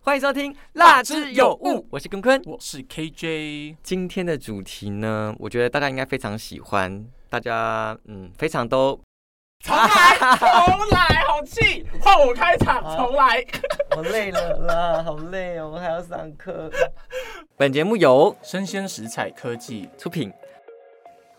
欢迎收听《辣之有物》，我是坤坤。我是 KJ，今天的主题呢，我觉得大家应该非常喜欢，大家嗯非常都重来，重来，好气，换我开场，重来。好累了啦，好累哦，我还要上课。本节目由生鲜食材科技，出品，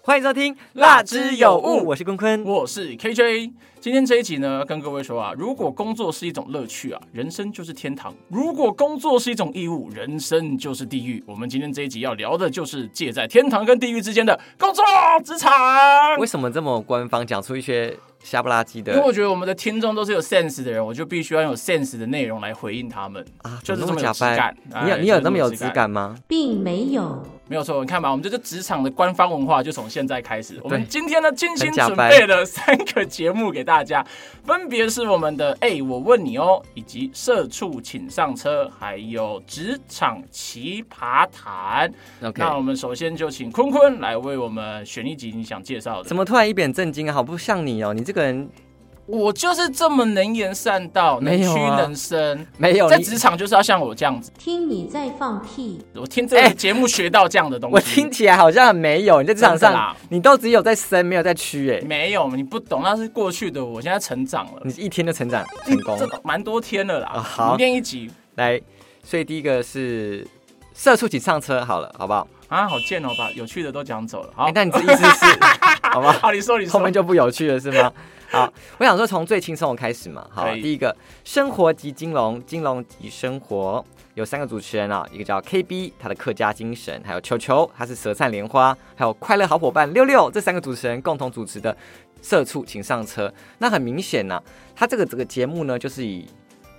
欢迎收听《辣之有物我是坤坤。我是 KJ。今天这一集呢，跟各位说啊，如果工作是一种乐趣啊，人生就是天堂；如果工作是一种义务，人生就是地狱。我们今天这一集要聊的就是介在天堂跟地狱之间的工作职场。为什么这么官方讲出一些瞎不拉几因为的我觉得我们的听众都是有 sense 的人，我就必须要有 sense 的内容来回应他们。啊？就是怎么这么有假质掰感？你有哎你有就那么是这么有质质感感吗？并没有。没有错，你看吧，我们这是职场的官方文化，就从现在开始。我们今天呢，精心很假准掰备了三个节目给大家，分别是我们的“哎、我问你哦”，以及“社畜请上车”，还有“职场奇葩谈”。 OK，那我们首先就请坤坤来为我们选一集你想介绍的怎。么突然一脸正经啊？好不像你哦，你这个人我就是这么能言善道，能没有屈啊能伸，没有在你职场就是要像我这样子。听你在放屁，我听这个哎节目学到这样的东西。我听起来好像很没有，你在职场真的上啦你都只有在升，没有在屈哎、没有，你不懂，那是过去的我，现在成长了。你一天就成长成功这。蛮多天了啦，啊好你念一集来，所以第一个是社畜请上车好了，好不好？啊，好贱哦，把有趣的都讲走了。好啊哎，，那你的意思是， 好吧？好，你说你 说，后面就不有趣了是 吗？好，我想说从最轻松的开始嘛。好，可以第一个生活及金融，金融及生活，有三个主持人啊，一个叫 KB，他的客家精神，还有球球，他是舌灿莲花，还有快乐好伙伴六六，这三个主持人共同主持的《社畜请上车》。那很明显呐、他这个这个节目呢，就是以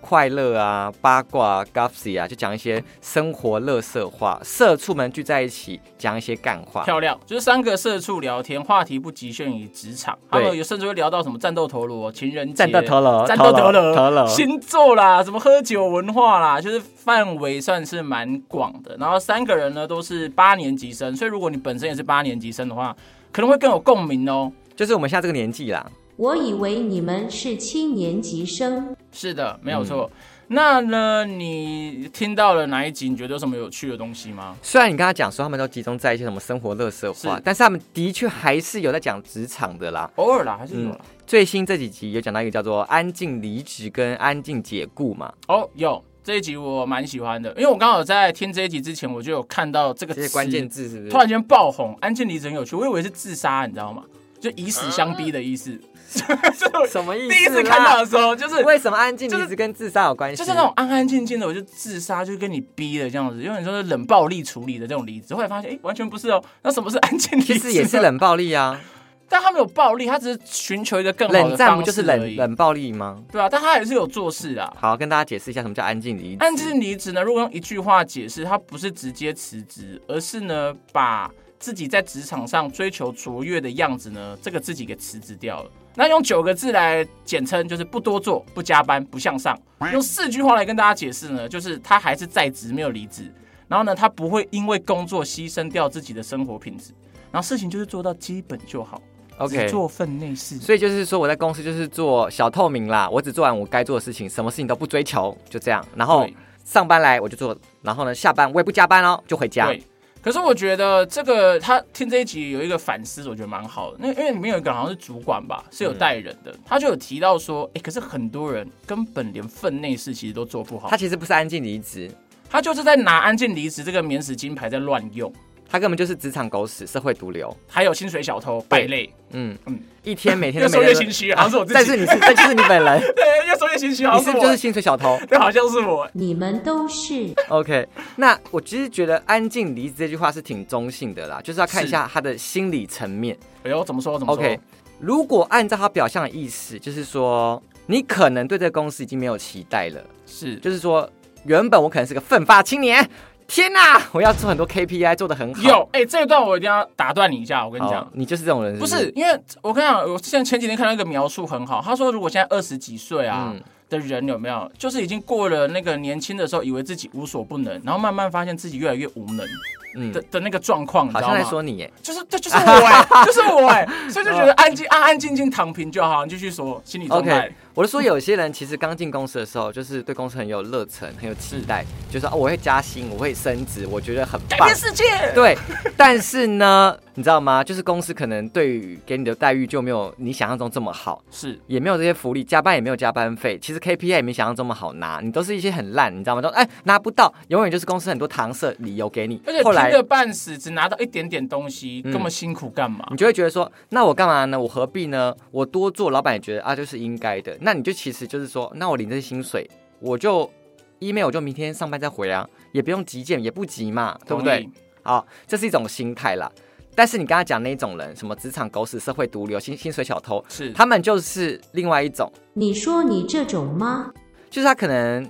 快乐啊、八卦、啊、gossip 啊，就讲一些生活乐色话，社畜们聚在一起讲一些干话。漂亮，就是三个社畜聊天，话题不局限于职场，他对们有甚至会聊到什么战斗陀螺、情人节、战斗陀螺，战斗陀陀螺螺、，星座啦，什么喝酒文化啦，就是范围算是蛮广的。然后三个人呢都是八年级生，所以如果你本身也是八年级生的话，可能会更有共鸣哦。就是我们现在这个年纪啦，我以为你们是七年级生，是的，没嗯有错。那呢，你听到了哪一集？你觉得有什么有趣的东西吗？虽然你刚刚讲说他们都集中在一些什么生活乐色话是，但是他们的确还是有在讲职场的啦。偶尔啦，还是嗯有啦。最新这几集有讲到一个叫做“安静离职”跟“安静解雇”嘛，哦，有这一集我蛮喜欢的，因为我刚好在听这一集之前，我就有看到这个这些词关键字是不突是？然间爆红，安静离职很有趣，我以为是自杀，你知道吗？就以死相逼的意思。 这我什么意思？第一次看到，的时候，就是为什么安静就是离职跟自杀有关系？就是那种安安静静的，我就自杀，就跟你逼的这样子，因为你说是冷暴力处理的这种离职，后来发现，哎、完全不是哦。那什么是安静离职其呢？实也是冷暴力啊，但他没有暴力，他只是寻求一个更好的冷战不就是方式而冷已冷暴力吗？对啊，但他也是有做事啊。好，跟大家解释一下什么叫安静离职。安静离职呢，如果用一句话解释，他不是直接辞职，而是呢把自己在职场上追求卓越的样子呢，这个自己给辞职掉了。那用九个字来简称，就是不多做、不加班、不向上。用四句话来跟大家解释呢，就是他还是在职，没有离职。然后呢，他不会因为工作牺牲掉自己的生活品质。然后事情就是做到基本就好只 OK，做分内事。所以就是说我在公司就是做小透明啦，我只做完我该做的事情，什么事情都不追求，就这样。然后对上班来我就做，然后呢下班我也不加班哦，就回家。对，可是我觉得这个他听这一集有一个反思，我觉得蛮好的。那因为里面有一个好像是主管吧，是有带人的，他就有提到说，哎、可是很多人根本连分内事其实都做不好他，其实不是安静离职，他就是在拿安静离职这个免死金牌在乱用，他根本就是职场狗屎、社会毒瘤。还有薪水小偷败类， 嗯嗯一天每天越都说 没越人心虚，好像是我自己， 但是你是，这就是你本 人，对，越说越心虚，好你是像是不我，是就是薪水小偷。对，好像是我。你们都是 OK，那我其实觉得“安静离职”这句话是挺中性的啦，就是要看一下他的心理层面。哎呦，怎么说怎么说 OK，如果按照他表象的意思，就是说你可能对这个公司已经没有期待了。是就是说，原本我可能是个奋发青年，天哪，我要做很多 KPI，做的很好。有，哎、这一段我一定要打断你一下，我跟你好讲。你就是这种人不是是，因为我跟你讲，我现在前几天看到一个描述很好，他说如果现在二十几岁啊、嗯的人有没有，就是已经过了那个年轻的时候，以为自己无所不能，然后慢慢发现自己越来越无能，嗯的、，的那个状况，你知好道像在吗？说你耶，就是这就是我哎、 就是我哎、所以就觉得安静安啊安静静躺平就好，你继续说心理状态 OK，我是说有些人其实刚进公司的时候，就是对公司很有热忱，很有期待，就是、啊我会加薪，我会升职，我觉得很改棒变。世界。对，但是呢，你知道吗？就是公司可能对于给你的待遇就没有你想象中这么好，是也没有这些福利，加班也没有加班费，其实 KPI 也没想象这么好拿，你都是一些很烂，你知道吗？都哎拿不到，永远就是公司很多搪塞理由给你而且，后拼来个半死，只拿到一点点东西，嗯这么辛苦干嘛？你就会觉得说，那我干嘛呢？我何必呢？我多做，老板也觉得啊就是应该的，那你就其实就是说，那我领这些薪水，我就 email 我就明天上班再回啊，也不用急件，也不急嘛，对不对？同意？好，这是一种心态啦。但是你刚才讲那种人，什么职场狗屎、社会毒瘤、薪薪水小偷，是他们就是另外一种，你说你这种吗？就是他可能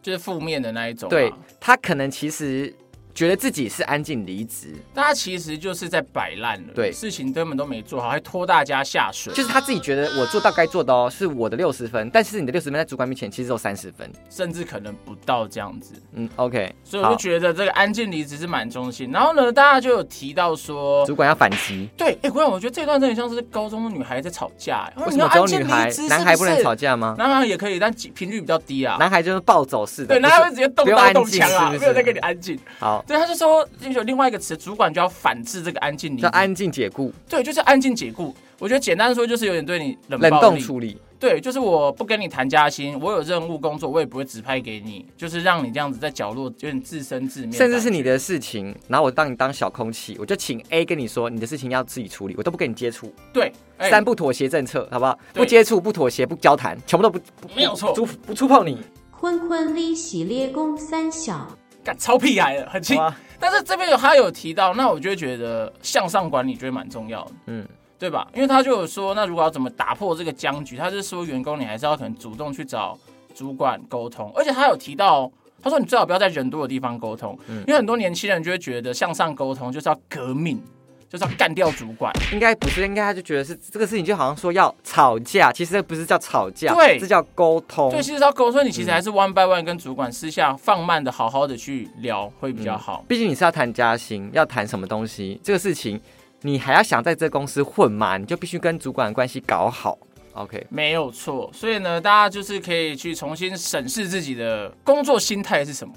就是负面的那一种、啊。对他可能其实觉得自己是安静离职，但他其实就是在摆烂了，对事情根本都没做好，还拖大家下水，就是他自己觉得我做到该做的哦，是我的六十分，但是你的六十分在主管面前其实只有三十分。甚至可能不到这样子。嗯，OK，所以我就好觉得这个安静离职是蛮中性。然后呢，大家就有提到说，主管要反击，对，哎、欸，我觉得这段真的像是高中的女孩在吵架、欸。为什你要么只有安静女孩离职，男孩不能吵架？架吗？男孩也可以，但频率比较低啊。男孩就是暴走式的，对，不男是孩会直接动不用刀安动静枪啊，是不没有在跟你是？安静。好，对，他就说有另外一个词，主管就要反制这个安静离叫职。安静解雇，对，就是安静解雇。我觉得简单地说就是有点对你冷冷暴冻力处理。对，就是我不跟你谈加薪，我有任务工作，我也不会指派给你，就是让你这样子在角落有点自生自灭，甚至是你。的事情，然后我当你当小空气，我就请 A 跟你说你的事情要自己处理，我都不跟你接触。对，哎三不妥协政策，好不好？对不接触、不妥协、不交谈，全部都不不没有错不触不触碰你。坤坤哩喜列公三小，干超屁孩的，很气好。吧但是这边有他有提到，那我就会觉得向上管理就会蛮重要的，嗯，对吧？因为他就有说，那如果要怎么打破这个僵局，他是说员工你还是要可能主动去找主管沟通，而且他有提到哦。他说：“你最好不要在人多的地方沟通，嗯因为很多年轻人就会觉得向上沟通就是要革命，就是要干掉主管。应该不是，应该他就觉得是这个事情，就好像说要吵架，其实这不是叫吵架，对这叫沟通。对，其实要沟通，你其嗯实还是 one by one 跟主管私下放慢的、好好的去聊会嗯比较好。毕竟你是要谈加薪，要谈什么东西，这个事情你还要想在这公司混嘛，你就必须跟主管的关系搞好。OK，没有错，所以呢，大家就是可以去重新审视自己的工作心态是什么。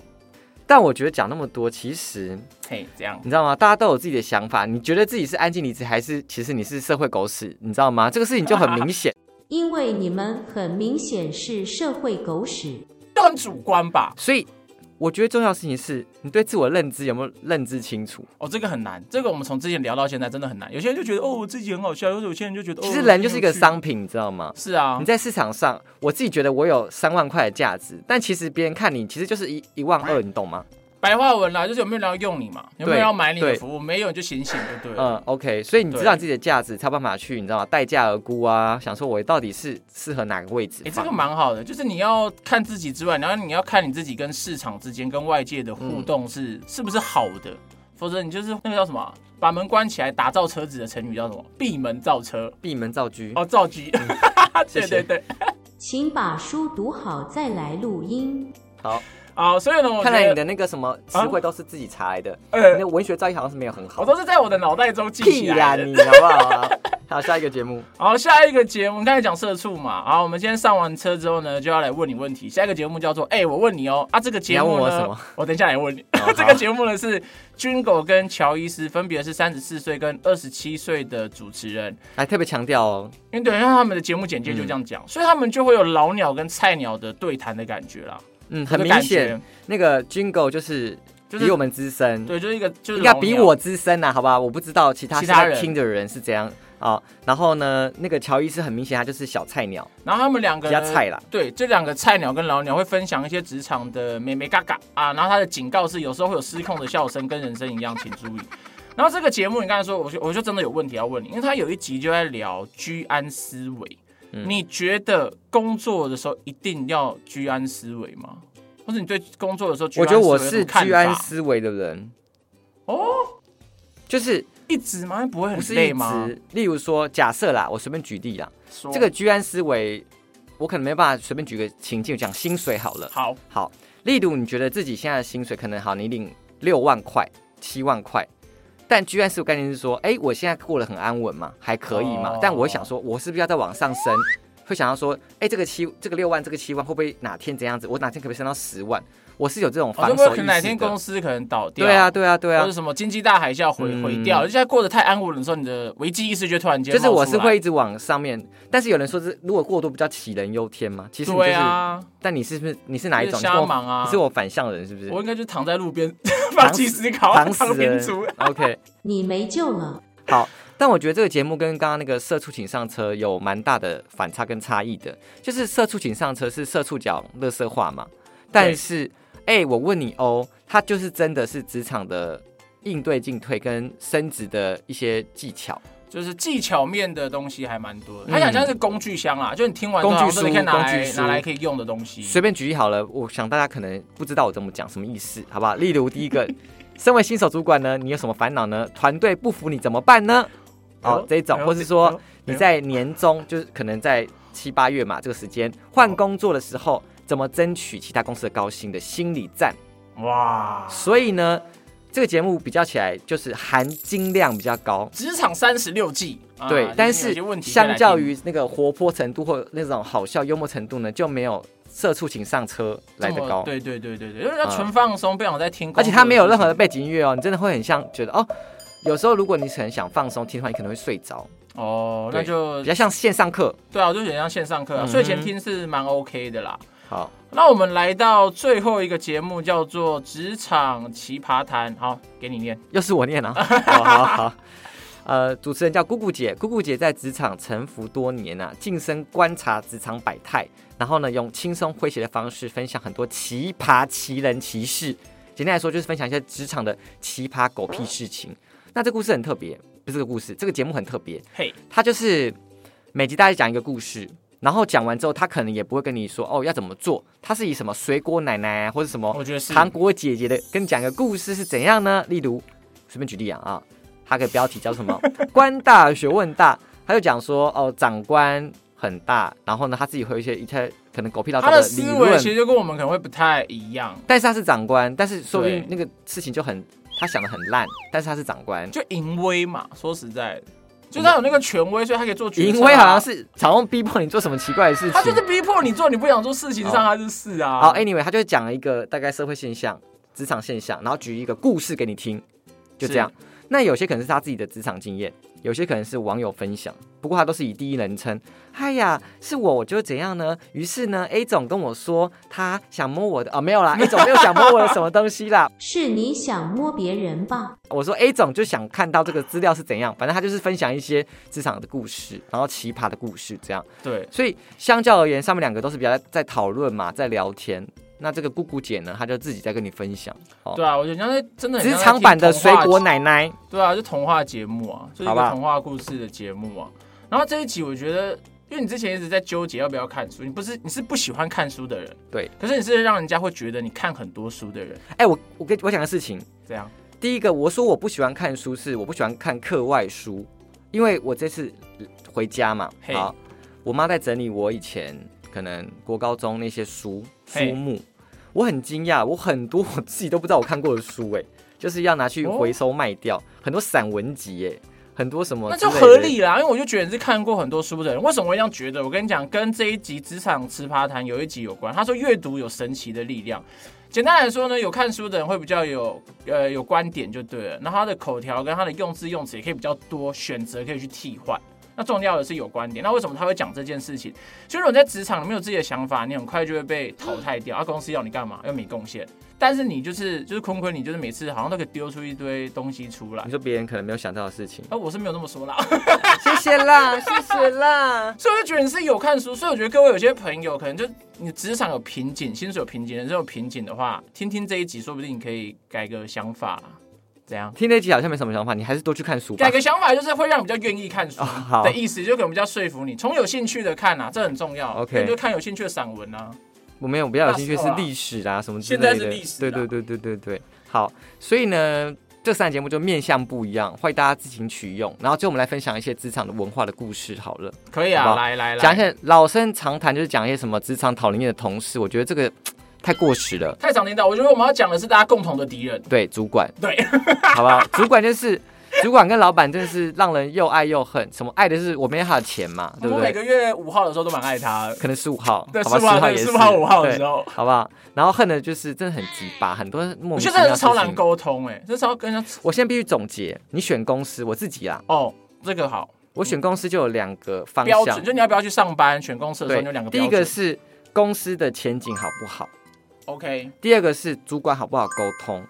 但我觉得讲那么多，其实嘿，这样你知道吗？大家都有自己的想法，你觉得自己是安静离职，还是其实你是社会狗屎？你知道吗？这个事情就很明 显，因为你们很明显是社会狗屎。都很主观吧？所以我觉得重要的事情是你对自我认知有没有认知清楚。哦，这个很难，这个我们从之前聊到现在真的很难。有些人就觉得哦，我自己很好笑；，有些人就觉得哦，其实人就是一个我自己很有商品，你知道吗？趣。是啊你，在市场上，我自己觉得我有三万块的价值，但其实别人看你其实就是一一万二，你懂吗？白话文啦，就是有没有人要用你嘛？有没有人要买你的对服务？没有你就醒醒就对了。嗯，OK，所以你对知道你自己的价值，才有办法去，你知道吗？待价而沽啊，想说我到底是适合哪个位置哎、这放？个蛮好的，就是你要看自己之外，然后你要看你自己跟市场之间、跟外界的互动是、是不是好的，否则你就是那个叫什么啊，把门关起来打造车子的成语叫什么？闭门造车闭门造车。哦，造机。嗯 谢对谢对对，请把书读好再来录音。好，好，所以呢，我看来你觉得，的那个什么词汇都是自己查来的，你呃，的文学造诣好像是没有很好我。都是在我的脑袋中记屁起啦来的。你，好不好啊？好，下一个节目，好，下一个节目，我们刚才讲社畜嘛，好，我们今天上完车之后呢，就要来问你问题。下一个节目叫做“哎、我问你哦”，啊，这个节目你呢，要问我什么等一下来问你。 好这个节目呢是军狗跟乔伊斯分别是三十四岁跟二十七岁的主持人，还特别强调哦，因为等一下他们的节目简介就这样讲，嗯所以他们就会有老鸟跟菜鸟的对谈的感觉啦，嗯，很的明感觉显，，那个 Jingle 就是就是比我们资深，对，就是一个就是应该老比鸟我资深啊呐、好吧？我不知道其他其他现在人听的人是怎样啊、然后呢，那个乔伊斯很明显他就是小菜鸟，然后他们两个比较菜啦。对，这两个菜鸟跟老鸟会分享一些职场的美美嘎嘎啊，然后他的警告是有时候会有失控的笑声，跟人生一样，请注意。 然后这个节目你刚才说，我就我就真的有问题要问你，因为他有一集就在聊居安思危。嗯你觉得工作的时候一定要居安思危吗？或者你对工作的时候居我安觉得思危我有什么是看居安法思危的人，哦，就是一直吗？不会不很是累一吗？直，例如说假设啦，我随便举例啦，说这个居安思危，我可能没办法随便举个情境讲薪水好了。好好，例如你觉得自己现在的薪水可能好，你领六万块，七万块。但居安思危概念是说，哎、我现在过得很安稳嘛，还可以嘛。哦但我会想说，我是不是要再往上升？会想要说，哎、这个七，这个六万，这个七万，会不会哪天怎样子？我哪天可不可以升到十万？我是有这种哦会防不会守可意能识哪天的。公司可能倒掉？对啊，，对啊，对或啊者，什么经济大海啸毁嗯毁掉，就现在过得太安稳的时候，你的危机意识就突然间就是冒我出是来会一直往上面。但是有人说是，如果过度不叫杞人忧天嘛？其实你就是，对啊，但你是不是你是哪一就种？是你瞎跟我忙啊你是我反向人是不是？我应该就躺在路边 放弃思考，躺死躺平人族。 OK，你没救了，好，但我觉得这个节目跟刚刚那个《社畜请上车》有蛮大的反差跟差异的，就是《社畜请上车》是社畜讲乐色话嘛，但是哎、我问你哦，他就是真的是职场的应对进退跟升职的一些技巧，就是技巧面的东西还蛮多的，嗯它想像是工具箱啊，就你听完之后工具书你可以拿工来具书拿来可以用的东西。随便举例好了，我想大家可能不知道我怎么讲什么意思，好不好？例如第一个，身为新手主管呢，你有什么烦恼呢？团队不服你怎么办呢？哎哦呦，这种，或是哎说呦你在年终，就是可能在七八月嘛这个时间换工作的时候，怎么争取其他公司的高薪的心理战？哇，所以呢，这个节目比较起来，就是含金量比较高。职场三十六计，啊对，但有是些问题可以来相较听于那个活泼程度或那种好笑幽默程度呢，就没有《社畜请上车》来这的么高。嗯对对对对对，因为它纯放松，不想再听工作而事且情。它没有任何的背景音乐哦，你真的会很像觉得哦，有时候如果你很想放松听的话，你可能会睡着，哦，那对就比较像线上课。对啊，我就有点像线上课啊，嗯哼睡前听是蛮 OK 的啦。好，那我们来到最后一个节目，叫做《职场奇葩谈》。好，给你念。又是我念啊，好好好。呃，主持人叫姑姑姐，姑姑姐在职场沉浮多年啊，近身观察职场百态，然后呢，用轻松诙谐的方式分享很多奇葩奇人奇事。简单来说，就是分享一些职场的奇葩狗屁事情。那这故事很特别，不是这个故事，这个节目很特别，嘿，他就是每集大概讲一个故事，然后讲完之后，他可能也不会跟你说哦要怎么做，他是以什么水果奶奶啊，或者什么我觉得是糖果姐姐的跟你讲个故事是怎样呢？例如随便举例啊啊，他的标题叫什么？ 官大学问大，他就讲说哦长官很大，然后呢他自己会有一些一些可能狗屁倒他灶的理思维其实论，就跟我们可能会不太一样，但是他是长官，但是说不定对那个事情就很他想的很烂，但是他是长官。就淫威嘛。说实在的，就是他有那个权威，所以他可以做决策啊淫威好像是常用逼迫你做什么奇怪的事情，他就是逼迫你做你不想做事情上，他就是啊。好，anyway，他就讲了一个大概社会现象、职场现象，然后举一个故事给你听，就这样。那有些可能是他自己的职场经验，有些可能是网友分享，不过他都是以第一人称。哎呀，是我，我就怎样呢？于是呢，A 总跟我说他想摸我的，哦，没有啦，A 总没有想摸我的什么东西啦。 是你想摸别人吧？我说 A 总就想看到这个资料是怎样，反正他就是分享一些职场的故事，然后奇葩的故事这样。对，所以相较而言，上面两个都是比较在讨论嘛，在聊天。那这个姑姑姐呢，她就自己在跟你分享哦，对啊，我觉得人家真的很职像在场版的听水童话果奶奶，对啊，就童话节目啊，就是一好个吧童话故事的节目啊。然后这一集我觉得，因为你之前一直在纠结要不要看书，你不是你是不喜欢看书的人，对。可是你是让人家会觉得你看很多书的人，哎、我我跟我讲个事情，这样第一个我说我不喜欢看书，是我不喜欢看课外书，因为我这次呃回家嘛，嘿好，我妈在整理我以前可能国高中那些书书嘿目，我很惊讶，我很多我自己都不知道我看过的书、哎，就是要拿去哦回收卖掉，很多散文集、哎，很多什么那就之类的合理啦。因为我就觉得你是看过很多书的人，为什么会这样觉得？我跟你讲，跟这一集《职场奇葩谈》有一集有关。他说阅读有神奇的力量。简单来说呢，有看书的人会比较有呃有观点就对了，那他的口条跟他的用字用词也可以比较多选择可以去替换。那重要的是有观点，那为什么他会讲这件事情？所以如果你在职场里面有自己的想法，你很快就会被淘汰掉。啊，公司要你干嘛？要你贡献，但是你就是就是坤坤，你就是每次好像都可以丢出一堆东西出来。你。说别人可能没有想到的事情啊，我是没有那么说啦，谢谢啦，谢谢啦。所以我就觉得你是有看书，所以我觉得各位有些朋友可能就你职场有瓶颈，薪水有瓶颈，人生有瓶颈的话，听听这一集，说不定你可以改个想法啦，怎样？听那集好像没什么想法，你还是多去看书吧改。个想法就是会让你比较愿意看书哦好的意思，就可能比较说服你，从有兴趣的看啊，这很重要。 OK 那你就看有兴趣的散文啊。我没有比较有兴趣那是时候啊历史啊什么之类的。现在是历史啊对对对对对对。好，所以呢，这三个节目就面向不一样，欢迎大家自行取用。然后最后我们来分享一些职场的文化的故事好了，可以好啊，吧来来来，讲一些老生常谈，就是讲一些什么职场讨人厌的同事。我觉得这个。太过时了。太常听到，我觉得我们要讲的是大家共同的敌人。对，主管，对，好不好？主管就是主管跟老板，真的是让人又爱又恨。什么爱的是我没他的钱嘛，对不我每对？个月五号的时候都蛮爱他的，可能十五号，对好吧， 15号10也是， 15号5号的对时候好不好？然后恨的就是真的很鸡巴，很多莫名我其觉妙得真的的是超难事情。沟通哎、欸，这超跟人家我现在必须总结，你选公司，我自己啊，哦，这个好我选公司就有两个方标向准，，就你要不要去上班，选公司的时候对你有两个标第一准。个是公司的前景好不好， OK，第二个是主管好不好沟通。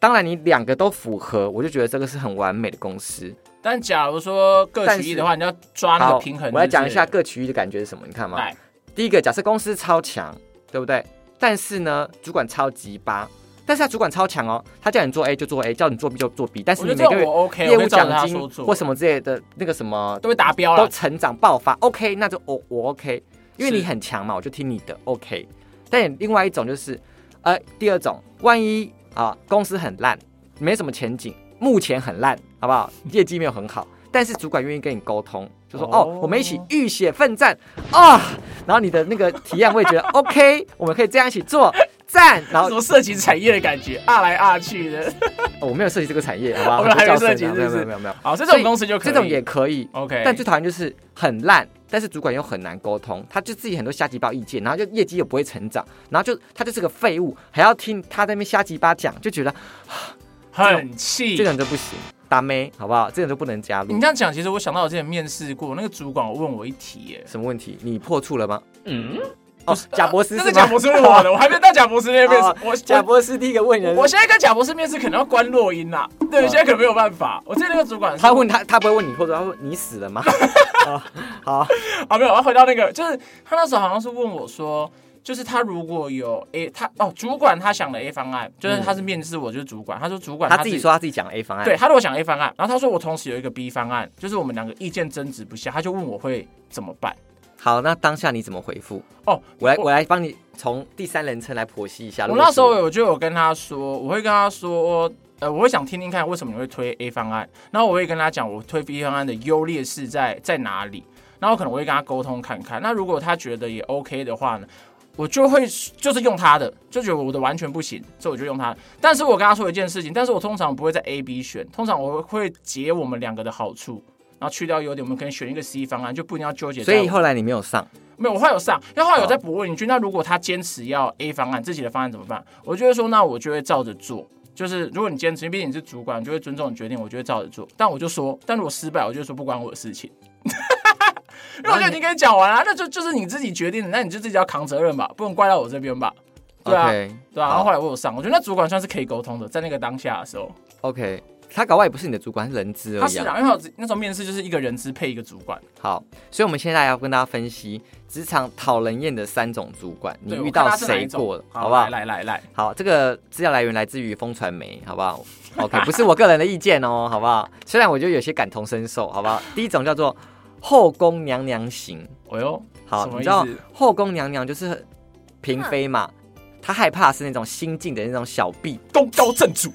当然，你两个都符合，我就觉得这个是很完美的公司。但假如说各但取一是的话，你要抓那个好平衡。，我来讲一下就是各区域的感觉是什么，你看嘛。来第一个，假设公司超强，对不对？但是呢，主管超级巴，但是他主管超强哦，他叫你做 A 就做 A，叫你做 B 就做 B，但是我你觉每个得这个月我 OK，业我会务照着奖他说金做，或什么之类的那个什么都会达标都了。成长爆发，OK，那就我我 OK，因为是你很强嘛，我就听你的 OK。但也另外一种就是，呃，第二种，万一啊、公司很烂，没什么前景，目前很烂，好不 好？业绩没有很好，但是主管愿意跟你沟通，就说哦哦我们一起浴血奋战啊、然后你的那个提案会 觉得 OK，我们可以这样一起做。赞，然后什么涉及产业的感觉，啊来啊去的。哦我没有涉及这个产业，好不好？ 我们还没叫声啊涉及是不没有是没有没有没有，好，这所种以公司就可以，这种也可以， OK。但最讨厌就是很烂，但是主管又很难沟通，他就自己很多瞎鸡巴意见，然后就业绩又不会成长，然后就他就是个废物，还要听他在那边瞎鸡巴讲，就觉得很气。这种就不行，打妹好不好？这种就不能加你入这。样讲，其实我想到我之前面试过那个主管，问我一题耶。什么问题？你破处了吗？嗯，哦，贾博士那是是贾吗？博士问 我的，我还没到贾博士那边哦。我贾我博士第一个问人，我现在跟贾博士面试，可能要关录音啦。对，哦现在可能没有办法。我之前那个主管是他问他，他不会问你破处，他会问你死了吗？哦好，啊，没有，我要回到那个，就是他那时候好像是问我说，就是他如果有 A，他哦，主管他想了 A 方案，就是他是面试我，就是主管，他说主管嗯他自己。说他自己讲 A 方案，对，他如果想 A 方案，然后他说我同时有一个 B 方案，就是我们两个意见争执不下，他就问我会怎么办。好，那当下你怎么回复？哦，我来，我我来帮你从第三人称来剖析一下。我如果那时候是我就有跟他说，我会跟他说，呃，我会想听听看为什么你会推 A 方案，然后我会跟他讲我推 B 方案的优劣势在在哪里，然后可能我会跟他沟通看看。那如果他觉得也 OK 的话呢，我就会就是用他的，就觉得我的完全不行，所以我就用他的。但是我跟他说一件事情，但是我通常不会在 A、B 选，通常我会截我们两个的好处。然后去掉优点，我们可以选一个 C 方案，就不一定要纠结在所我。以后来你没有上。没有，我后来有上，因为后来有在补问一句，那如果他坚持要 A 方案，自己的方案怎么办？我就会说，那我就会照着做。就是如果你坚持，毕竟你是主管，我就会尊重你决定，我就会照着做。但我就说，但如果失败，我就会说不关我的事情。因为我就已经跟你讲完了，那就就是你自己决定的，那你就自己要扛责任吧，不能怪到我这边吧。对啊 OK，对啊，然好后后来我有上，我觉得那主管算是可以沟通的，在那个当下的时候， OK，他搞不好也不是你的主管，是人资而他已、是啊。啊，因为我那时候面试就是一个人资配一个主管，好，所以我们现在要跟大家分析职场讨人厌的三种主管，你对遇我看到他是哪一谁种过了，好好不好？来来来来，好，这个资料来源来自于风传媒，好不好 ？OK，不是我个人的意见哦，好不好？虽然我觉得有些感同身受，好不好？第一种叫做后宫娘娘型，哎呦，好，什么你知道意思嗯后宫娘娘就是嫔妃嘛，她害怕是那种新晋的那种小婢功高震主，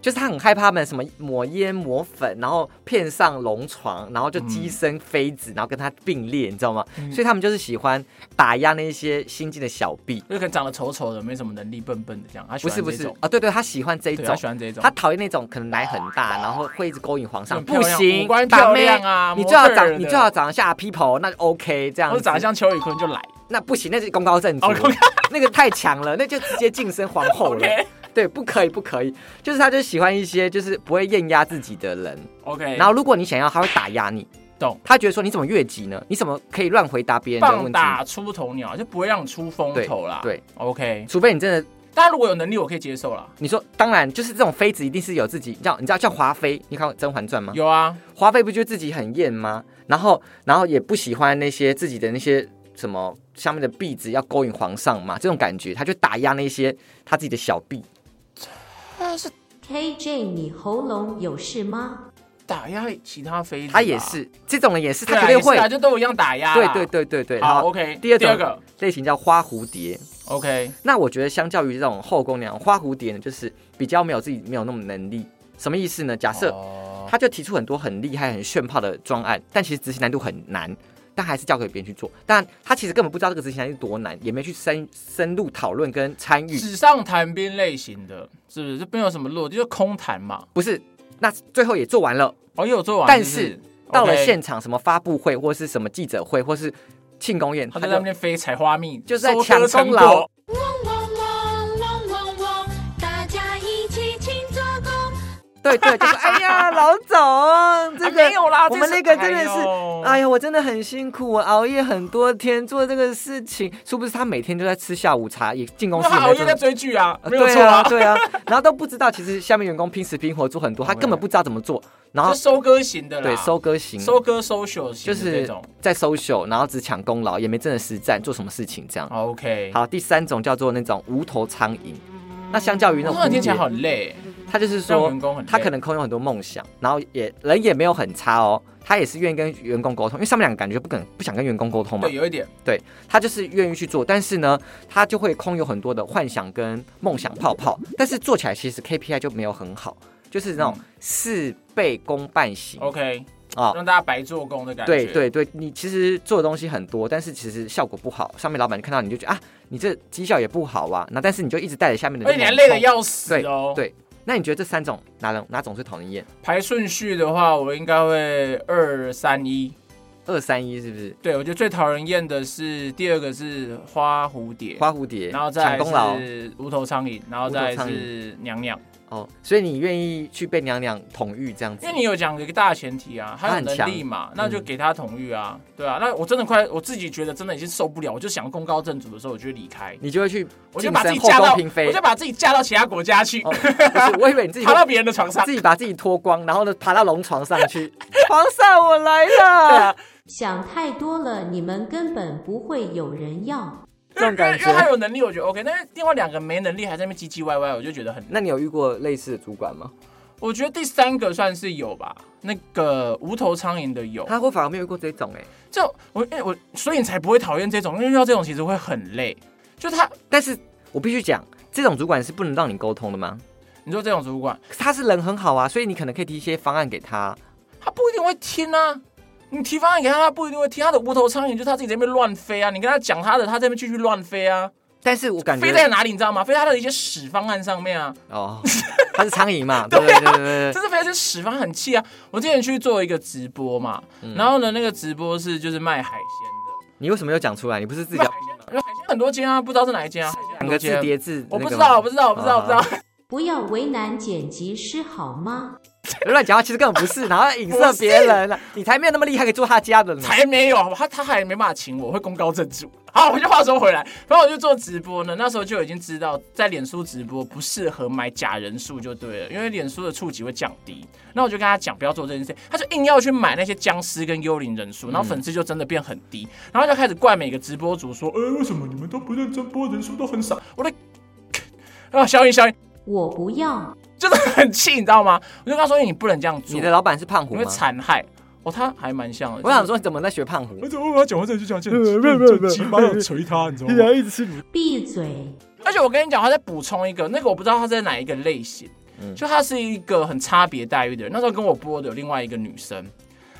就是他很害怕他们什么抹烟抹粉，然后骗上龙床，然后就跻身妃子，然后跟他并列，你知道吗？嗯所以他们就是喜欢打压那些新进的小婢。就可能长得丑丑的，没什么能力，笨笨的这样。他喜不欢是不这是种，啊，对对，他喜欢这一对种他，喜欢这种。他讨厌那种可能奶很大，然后会一直勾引皇上。很漂不亮行五官，把漂妹亮啊，你最好模特儿长，你的最好，长得像 people，那就 OK 这样或子。者长得像邱宇坤就来。那不行，那是功高震主哦功， 那个太强了，那就直接晋升皇后了。 OK 对，不可以，不可以，就是他就喜欢一些就是不会艳压自己的人。 OK，然后如果你想要，他会打压你，哎懂？他觉得说你怎么越级呢？你怎么可以乱回答别人的棒问题？打出头鸟，就不会让你出风头啦。对，OK。除非你真的，但如果有能力，我可以接受啦。你说当然就是这种妃子一定是有自己，你知道你知道像华妃，你看过《甄嬛传》吗？有啊，华妃不就自己很艳吗？然后然后也不喜欢那些自己的那些什么下面的婢子要勾引皇上嘛，这种感觉，他就打压那些他自己的小婢。 KJ，你喉咙有事吗？打压其他妃子啊，他也是这种人，也是对啊，他绝对会也是啊，。就都一样打压对啦。对对对对，然好后，OK。第二第种二个类型叫花蝴蝶， ，OK，那我觉得相较于这种后宫那样，花蝴蝶呢，就是比较没有自己没有那么能力。什么意思呢？假设哦他就提出很多很厉害、很炫炮的专案，但其实执行难度很难。但还是交给别人去做。但他其实根本不知道这个执行难是多难，也没去深深入讨论跟参与。纸上谈兵类型的，是不是？这没有什么落地，就是空谈嘛。不是，那最后也做完了，哦，也有做完，但是是到了 OK 现场，什么发布会或是什么记者会或是庆功宴，他他在就那边飞采花蜜，就是在抢收割成功劳果。汪汪汪汪汪汪，大家一起勤做工。对对，就是哎呀，老总，这个、啊没有啦，我们这那是个真的是，哎哎呦呀，我真的很辛苦，我熬夜很多天做这个事情，殊不知他每天都在吃下午茶，也进公司那也没他有熬夜做在追剧啊，呃没有对错啊，， 对啊，然后都不知道，其实下面员工拼死拼活做很多，他根本不知道怎么做，然后就收割型哦的啦，啊对收割型，收割 social 就型的这是种。在 social，然后只抢功劳，也没真的实战做什么事情这样。 OK，，好，第三种叫做那种无头苍蝇，那相较于那那种种听起来蝴蝶好累，他就是让说员工很累他可能空有很多梦想，然后也人也没有很差哦，他也是愿意跟员工沟通，因为上面两个感觉不肯不想跟员工沟通嘛对，，有一点他就是愿意去做，但是呢，他就会空有很多的幻想跟梦想泡泡，但是做起来其实 KPI 就没有很好，就是那嗯种事倍功半型啊、 OK，哦让大家白做工的感觉。对对对，你其实做的东西很多，但是其实效果不好，上面老板看到你就觉得啊，你这绩效也不好啊，那但是你就一直带着下面的而人且往哎你冲，还累得要死哦。对那你觉得这三种哪种哪种最讨人厌？排顺序的话，我应该会二三一。二三一是不是？对，我觉得最讨人厌的是第二个是花蝴蝶，花蝴蝶，然后再抢功劳来是无头苍蝇，然后再无头来苍是娘娘。哦，所以你愿意去被娘娘统御这样子因为？你有讲一个大前提啊，他有能力嘛，那嗯就给他同意啊，对啊。那我真的快，我自己觉得真的已经受不了，我就想功高震主的时候，我就离开，你就会去我就晋把自升己后嫁到，宫嫔妃我就，把自己嫁到其他国家去，哦不是，我以为你自 己爬到别人的床上。自己把自己脱光，然后呢爬到龙床上去，皇上我来了，想太多了，你们根本不会有人要。这种感 因为他觉。有能力，我觉得 OK，但是另外两个没能力，还在那边唧唧歪歪，我就觉得很。那你有遇过类似的主管吗？我觉得第三个算是有吧，那个无头苍蝇的有，他会反而没有遇过这种哎、就我因为我，所以你才不会讨厌这种，因为遇到这种其实会很累。就他，但是我必须讲，这种主管是不能让你沟通的吗？你说这种主管，可是他是人很好啊，所以你可能可以提一些方案给他。他不一定会听啊。你提方案给他，他不一定会听。他的无头苍蝇就是他自己在那边乱飞啊。你跟他讲他的，他在那边继续乱飞啊。但是我感觉飞在哪里你知道吗？飞在他的一些屎方案上面啊。哦，他是苍蝇嘛，对 对对对对，真是飞在屎方案很气啊！我之前去做一个直播嘛，嗯然后呢，那个直播是就是卖海鲜你为什么又讲出来？你不是自己的，卖要海鲜，因为海鲜很多间啊，不知道是哪一间啊。海鲜两很多个字间叠字，我不那个知吗道，我不知道，我不知道，我不知道。不要为难剪辑师好吗？乱讲话其实根本不是，然后影射别人了，你才没有那么厉害，可以做他家的呢。才没有，好吧他他还没办法请我，会功高震主。好，我就话说回来，然后我就做直播呢，那时候就已经知道在脸书直播不适合买假人数就对了，因为脸书的触及会降低。那我就跟他讲不要做这件事，他就硬要去买那些僵尸跟幽灵人嗯数，然后粉丝就真的变很低，然后就开始怪每个直播主说，呃、为什么你们都不认真播，人数都很少？我的， 啊，消音消音，我不要，真的很气，你知道吗？我就跟他说，你不能这样做，你的老板是胖虎你会吗？残害。哦，他还蛮像的，我想说，你怎么在学胖虎？而且我要讲话这就讲见，起码要捶他，你知道吗？一直吃卤。闭嘴！而且我跟你讲，他再补充一个，那个我不知道他在哪一个类型，就他是一个很差别待遇的人。那时候跟我播的有另外一个女生，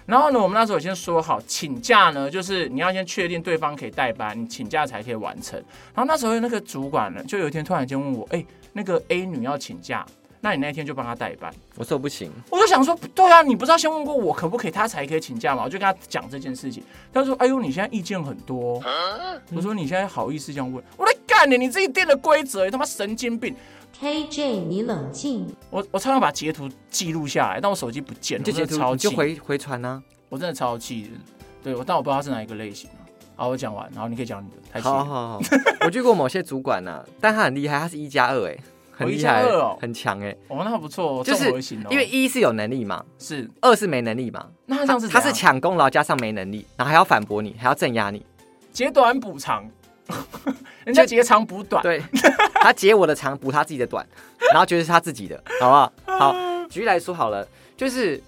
然后呢，我们那时候有先说好请假呢，就是你要先确定对方可以代班，你请假才可以完成。然后那时候那个主管呢，就有一天突然间问我，哎、那个 A 女要请假，那你那天就帮她代班。我说不行，我就想说，对啊，你不是要先问过我可不可以，他才可以请假吗？我就跟他讲这件事情。他说：“哎呦，你现在意见很多哦。我说：“你现在好意思这样问？”我来干你，你自己定的规则，你他妈神经病！ KJ，你冷静！我我超想把截图记录下来，但我手机不见你就了，我真截的图，超你气就，回回传啊。我真的超气的。对，我但我不知道他是哪一个类型啊。好，我讲完，然后你可以讲你的，太气好了。好 好，我遇过某些主管呢，但他很厉害，他是一加二哎，很厉害哦一加二哦，很强哎，哦，那不错，就综合是型哦，因为一是有能力嘛，是二是没能力嘛。那他这样是啊他怎是样抢功劳加上没能力，然后还要反驳你，还要镇压你。截短补长， 人家截长补短， 对，他截我的长补他自己的短，然后觉得是他自己的，好不好？ 好，举例来说好了，就是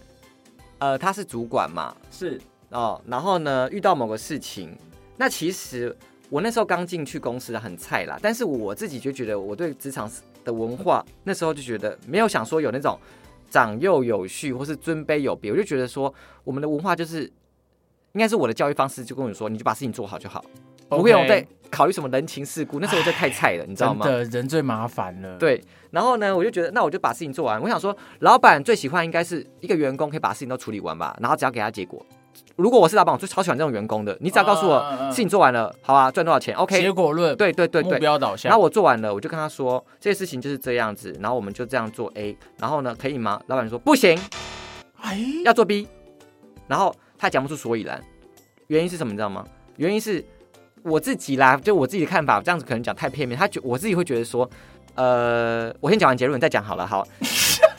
呃，他是主管嘛，是哦，然后呢，遇到某个事情，那其实我那时候刚进去公司很菜啦，但是我自己就觉得我对职场的文化那时候就觉得没有想说有那种长幼有序或是尊卑有别，我就觉得说我们的文化就是。应该是我的教育方式就跟我说，你就把事情做好就好，不会有 OK 在考虑什么人情世故。那时候我真的太菜了，你知道真吗？的人最麻烦了。，对，然后呢，我就觉得那我就把事情做完。我想说，老板最喜欢应该是一个员工可以把事情都处理完吧，然后只要给他结果。如果我是老板，我最超喜欢这种员工的。你只要告诉我、嗯嗯嗯事情做完了，好啊，赚多少钱结？OK，果论，对对对目对。标导向。然后我做完了，我就跟他说这些事情就是这样子，然后我们就这样做 A，然后呢可以吗？老板说不行，哎，要做 B，然后他讲不出所以然，原因是什么你知道吗？原因是我自己啦，就我自己的看法，这样子可能讲太片面。他觉我自己会觉得说，呃，我先讲完结论再讲好了，好，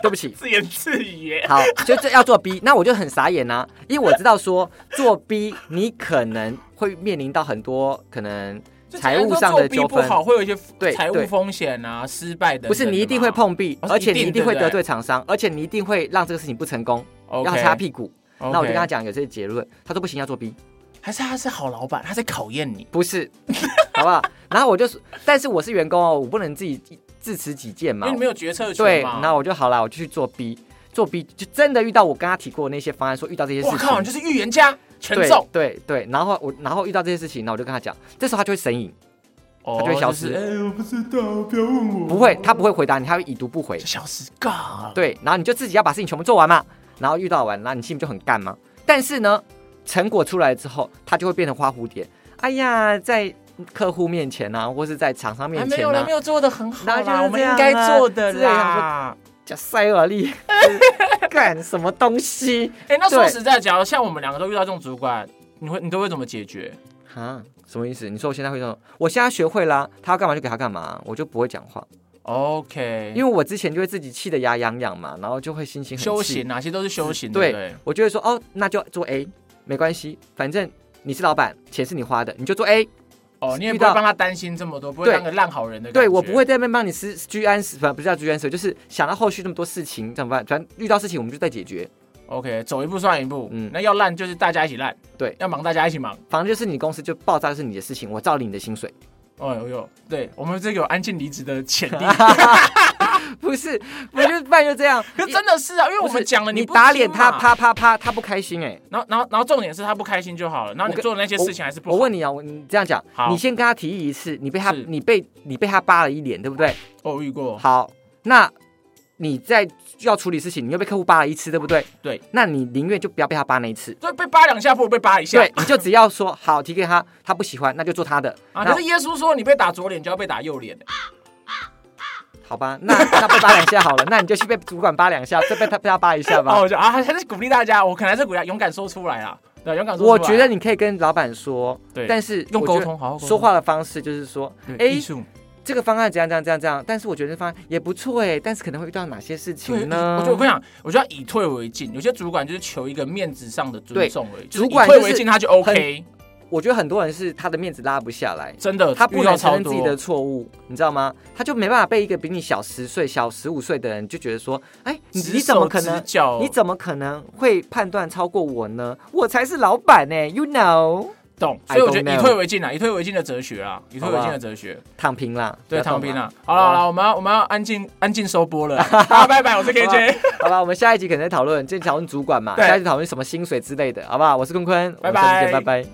对不起，自言自语。好，就这要做 B，那我就很傻眼啊，因为我知道说做 B 你可能会面临到很多可能就财务只能说上的做 B 纠不纷。好会有一些对财务对风险啊、失败等等的嘛。不是你一定会碰壁，哦而且一你定一定会对不对得罪厂商，而且你一定会让这个事情不成功， OK，要擦屁股。 OK。那我就跟他讲有这些结论，他说不行，要做 B。还是他是好老板，他在考验你。不是， 好不好？然后我就，但是我是员工哦，我不能自己自持己见因嘛为你。没有决策对，权嘛。那我就好啦，我就去做 B，做 B 就真的遇到我刚刚提过的那些方案，说遇到这些事我情，靠，你就是预言家，全对中。对对，然后我然后遇到这些事情，那我就跟他讲，这时候他就会神隐，哦他就会消失就是哎，我不知道，不要问我。不会，他不会回答你，他会已读不回就。消失，嘎。对，然后你就自己要把事情全部做完嘛，然后遇到完，那你心里就很干嘛。但是呢，成果出来之后，他就会变成花蝴蝶。哎呀，在客户面前啊，或是在厂商面还前、啊，没有啦，没有做的很好然后就是啦，我们这样啊应该做的之类的啦。叫塞尔利干什么东西 哎、那说对实在，假如像我们两个都遇到这种主管，你会你都会怎么解决？啊？什么意思？你说我现在会说，我现在学会啦，他要干嘛就给他干嘛，我就不会讲话， OK，因为我之前就会自己气得牙痒痒嘛，然后就会心情很修气行，哪些都是修行，对对不对？我就会说哦，那就做 A，没关系，反正你是老板，钱是你花的，你就做 A。哦，你也遇不会到帮他担心这么多，不会对当个烂好人的感觉。对我不会在那边帮你施居安死，不不是叫居安死，就是想到后续那么多事情怎么办？反正遇到事情我们就再解决， OK，走一步算一步。嗯嗯，那要烂就是大家一起烂，对要忙大家一起忙。反正就是你公司就爆炸就是你的事情，我照领你的薪水。 哦呦呦，对我们这个有安静离职的潜 力，不是，我就不然就这样。可真的是啊，因为我不们是讲了你不打听脸他，嘛，啪啪啪，他不开心哎、然后然后然后重点是他不开心就好了，然后我你跟做的那些事情还是不好。我问你啊，我你这样讲好，你先跟他提议一次，你被他是你被你被他扒了一脸，对不对？哦，我遇过，好，那你在要处理事情，你又被客户扒了一次，对不对？对，那你宁愿就不要被他扒那一次。就被扒两下不如被扒一下。对，你就只要说好提给他，他不喜欢，那就做他的。啊，那可是耶稣说你被打左脸就要被打右脸，好吧，那那被扒两下好了， 那你就去被主管扒两下，再被他被他扒一下吧。哦，我就啊，还是鼓励大家，我可能还是鼓励大家勇敢说出来啦，对，勇敢说出来。我觉得你可以跟老板说，对但是用我觉沟得通好好沟通说话的方式就是说，对哎艺，术，这个方案怎样怎样怎样怎样，但是我觉得这方案也不错哎，但是可能会遇到哪些事对，情呢？我就我跟你讲，我觉得以退为进，有些主管就是求一个面子上的尊重而已，就是主以管退就是为进他就 OK，我觉得很多人是他的面子拉不下来，真的，他不呃遇到能承超认自己的多。错误，你知道吗？他就没办法被一个比你小十岁、小十五岁的人就觉得说，哎，你指你怎么手可指能？脚你怎么可能会判断超过我呢？我才是老板呢、y o u know，懂？所 I 以我觉得 don't 以 know 退为进啊，以退为进的哲学啊，以退为进的哲学，躺平啦，对，不要动唐斌啊，好好了吧好了，我们要我们要安静安静收 播了，啊好，拜拜，我是 KJ，好吧，我们下一集可能在讨论，今天讨论主管嘛，对下一集讨论什么薪水之类的，好不好？我是坤坤，我拜们拜下次见拜拜。